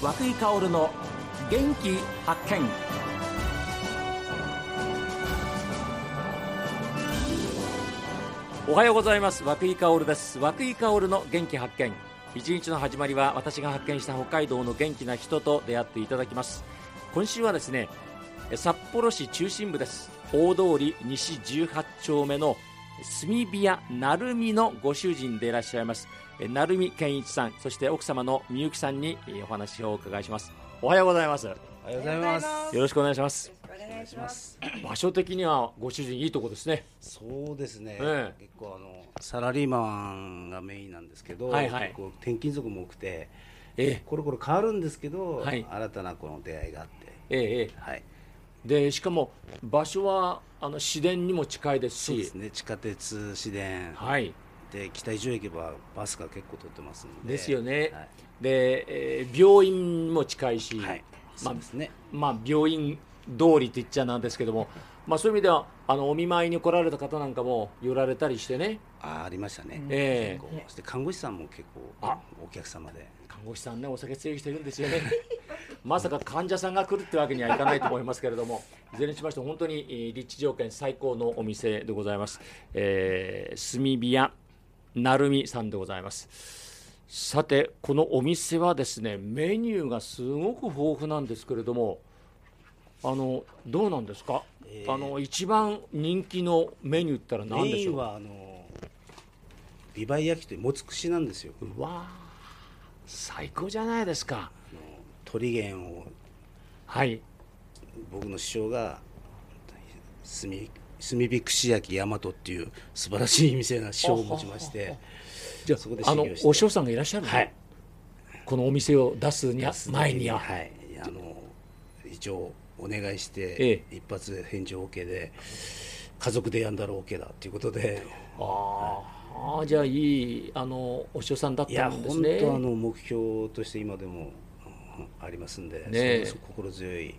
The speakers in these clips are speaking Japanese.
和久井薫の元気発見おはようございます和久井薫です和久井薫の元気発見一日の始まりは私が発見した北海道の元気な人と出会っていただきます今週はですねえ札幌市中心部です大通り西18丁目の炭火屋鳴海のご主人でいらっしゃいますえ鳴海健一さんそして奥様のみゆきさんにえお話をお伺いしますおはようございますよおはようございます。ろしくお願いしますお願いします。場所的にはご主人いいとこですねそうですね。ええ結構あのサラリーマンがメインなんですけど、はいはい結構転勤族も多くて、ええコロコロ変わるんですけど、はい新たなこの出会いがあって、えええはい。えでしかも場所はあの市電にも近いですそうでしすね。地下鉄、市電はいで北伊集駅はバスが結構通ってますんで。ですよね、はいで、えー病院も近いし、はい。まそあうですね。まあ、病院通りって言っちゃなんですけども、まあ、そういう意味ではあのお見舞いに来られた方なんかも寄られたりしてねあーありましたね。ええ結構そして看護師さんも結構あお客様で。看護師さんねお酒強い人いるんですよね まさか患者さんが来るってわけにはいかないと思いますけれどもいずれにしまして本当にえー立地条件最高のお店でございます、えー、炭火屋鳴海さんでございますさてこのお店はですねメニューがすごく豊富なんですけれどもあのどうなんですか、えーあの一番人気のメニューって言ったらメ何でイしょンうはあのビバイ焼きというもつ串なんですよ。うわー最高じゃないですかあの鳥源をはい僕の師匠が炭炭火串焼き大和っていう素晴らしい店の師匠を持ちましてじゃあそこであ修の行してお師匠さんがいらっしゃるの、はいこのお店を出すには前には、はいあの一応お願いして、え一発返事 OK で家族でやんだら OK だっていうことでああじゃあいいあのお師匠さんだっいたやん本ですね当あの目標として今でも、うんありますんで、ねえそれこそ心強い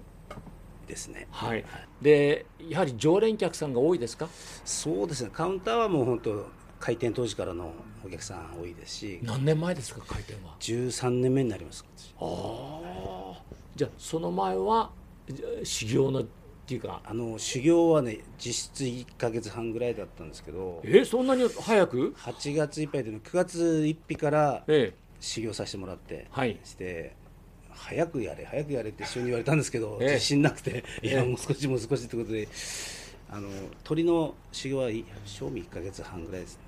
ですねはいでやはり常連客さんが多いですかそうですねカウンターはもう本当開店当時からのお客さん多いですし何年前ですか開店は13年目になりますああじゃあその前はじゃあ修行のっていうかあの修行はね実質1ヶ月半ぐらいだったんですけどえそんなに早く8月いっぱいで9月1日からええ修行させてもらって、はいして早くやれ早くやれって一緒に言われたんですけど、ええ自信なくていえやえもう少しもう少しってことであの鳥の修行は正味1ヶ月半ぐらいですね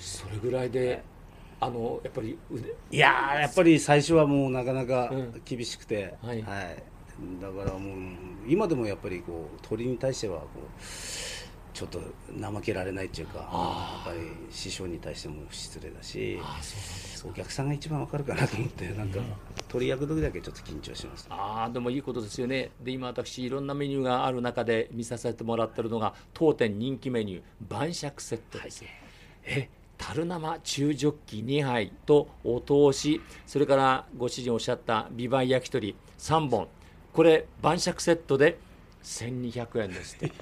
それぐらいであのやっぱり腕いやーやっぱり最初はもうなかなかうん厳しくて、はいだからもう今でもやっぱりこう鳥に対してはこうちょっと怠けられないっていうかやあっぱり師匠に対しても失礼だしああそうなんですお客さんが一番わかるかなと思ってなんか鳥役時だけちょっと緊張しますああでもいいことですよねで今私いろんなメニューがある中で見させてもらってるのが当店人気メニュー晩酌セットです、え樽生中ジョッキ2杯とお通しそれからご主人おっしゃったビバイ焼き鳥3本これ晩酌セットで1200円ですって こ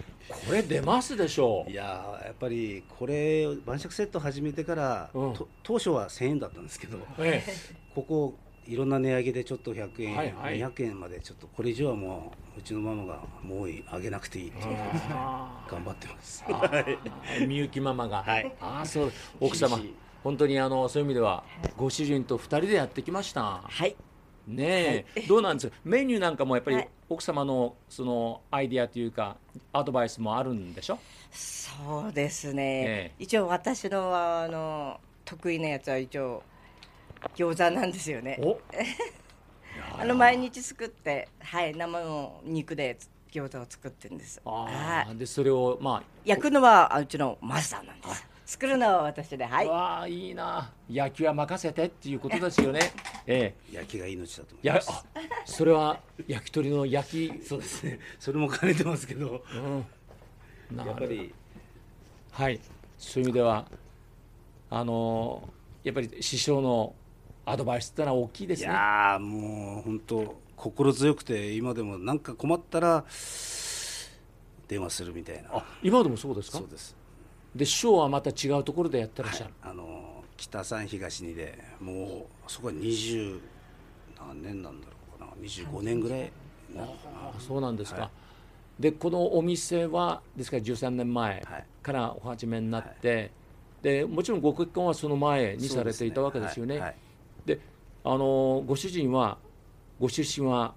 れ出ますでしょういやーやっぱりこれ晩酌セット始めてから、うんと当初は1000円だったんですけどえ ここいろんな値上げでちょっと100円、はいはい200円までちょっとこれ以上はもううちのママがもう上げなくていいってえあ頑張ってますーあみゆきママが、はいああそう奥様厳しい本当にあのそういう意味ではご主人と2人でやってきましたはい。ねえ、どうなんですかメニューなんかもやっぱりはい奥様のそのアイディアというかアドバイスもあるんでしょそうですえね。え一応私のあの得意なやつは一応餃子なんですよね。お あの毎日作って、はい、生の肉で餃子を作ってるんです。あはあい。でそれをま焼くのはあうちのマスターなんです。作るのは私で、あ、はうい。わあいいな野球は任せてっていうことですよ ねえ 焼きが命だと思えいやますあそれは焼き鳥の焼きそうですねそれも兼ねてますけどなやっぱるりはい、そういう意味ではあのーやっぱり師匠のアドバイスってのは大きいでいすねやーもう本当心強くて今でもなんか困ったら電話するみたいなあ今でもそうですかそうですで師匠はまた違うところでやってらっしゃる、あの北三東にでもうそこは20何年なんだろうか25年ぐらいなのかあそうなんですか、はでこのお店はですから13年前はいからお始めになって、でもちろんご結婚はその前なにされていたわけですよね。ではいはいあのご主人はご出身は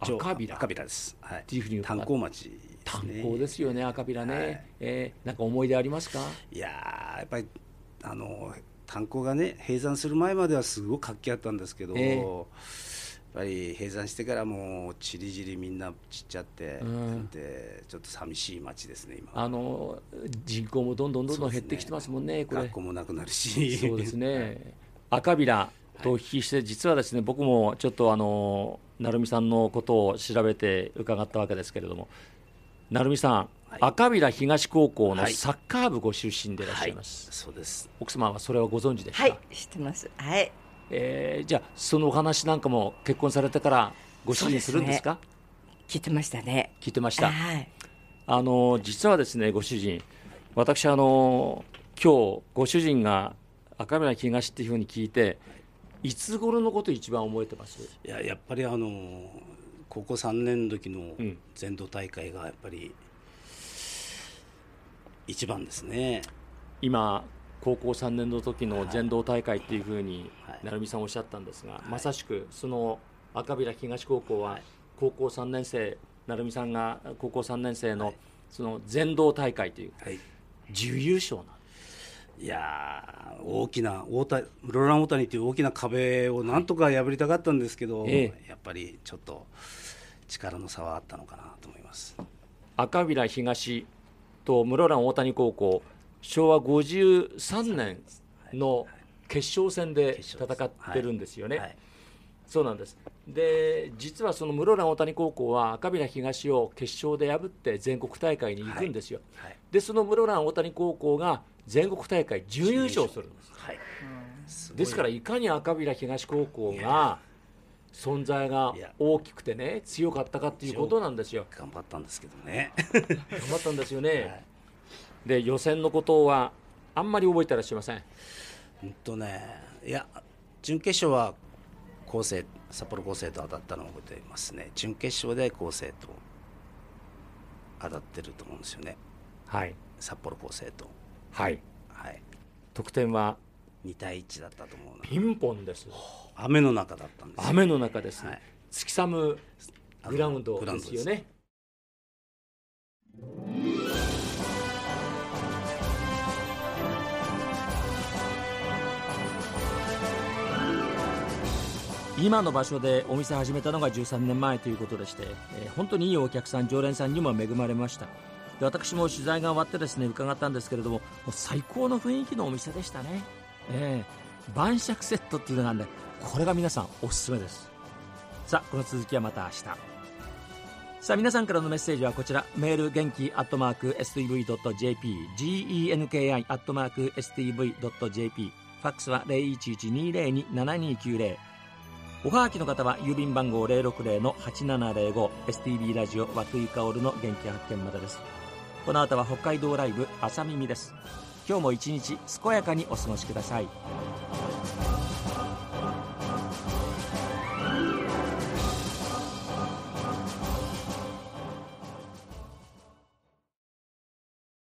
赤平赤平ですはいていうふうに伺っ炭鉱町です炭ね鉱ですよね赤平ね、はいえーなんか思い出ありますかいやーやっぱりあの炭鉱がね閉山する前まではすごく活気あったんですけど、ええやっぱり閉山してからもうちりじりみんな散っちゃって、うんでちょっと寂しい町ですね今あの人口もどんどんどんどん減ってきてますもんねこれ学校もなくなるしそう ですね。 赤平とお聞きして、実はですね、僕もちょっとあの、成美さんのことを調べて伺ったわけですけれども、成美さん、はい赤平東高校のはいサッカー部ご出身でいらっしゃいます。そうです奥様はそれはご存知でした、はい、知ってます。はい。えーじゃあ、そのお話なんかも結婚されてからご主そう人ですすねるんですか聞いてましたね。聞いてました。はい。あの実はですねご主人私あの今日ご主人が赤目東っていうふうに聞いていつ頃のこと一番覚えてますいややっぱりあの高校3年の時のうん全土大会がやっぱり一番ですね、今高校3年の時の全道大会っていうふうにはい成美さんおっしゃったんですが、まさしくその赤平東高校は高校3年生成美さんが高校3年生のその全道大会というはい、準優勝なんですいやー大きな大谷ローラン大谷という大きな壁をなんとか破りたかったんですけど、えやっぱりちょっと力の差はあったのかなと思います。赤平東と室蘭大谷高校昭和53年の決勝戦で決戦勝ですってるんですよね、はいそうなんですで実はその室蘭大谷高校は赤平東を決勝で破って全国大会に行くんですよ、はいでその室蘭大谷高校が全国大会準優勝するんですはいですからいかに赤平東高校が存在が大きくてね強かったかっていうことなんですよ頑張ったんですけどね。頑張ったんですよね、で予選のことはあんまり覚えてらっしゃいませんうんとねいや準決勝は高生札幌高生と当たったのを覚えてますね。準決勝で高生と当たってると思うんですよね。はい札幌高生とはいはい得点は2対1だったと思うな。ピンポンです雨の中だったんですよ。雨の中です、はい突き寒むあのグラウンドグラですよね今の場所でお店始めたのが13年前ということでして、えー本当にいいお客さん常連さんにも恵まれましたで私も取材が終わってですね伺ったんですけれどももう最高の雰囲気のお店でしたねええ晩酌セットっていうのがあるんでこれが皆さんおすすめですさあこの続きはまた明日さあ皆さんからのメッセージはこちらメール元気アットマーク STV.jpgenki アットマーク STV.jp ファックスは0112027290おはがきの方は郵便番号 060-8705STB ラジオ和久井薫の元気発見までですこの後は北海道ライブ朝耳です今日も一日健やかにお過ごしください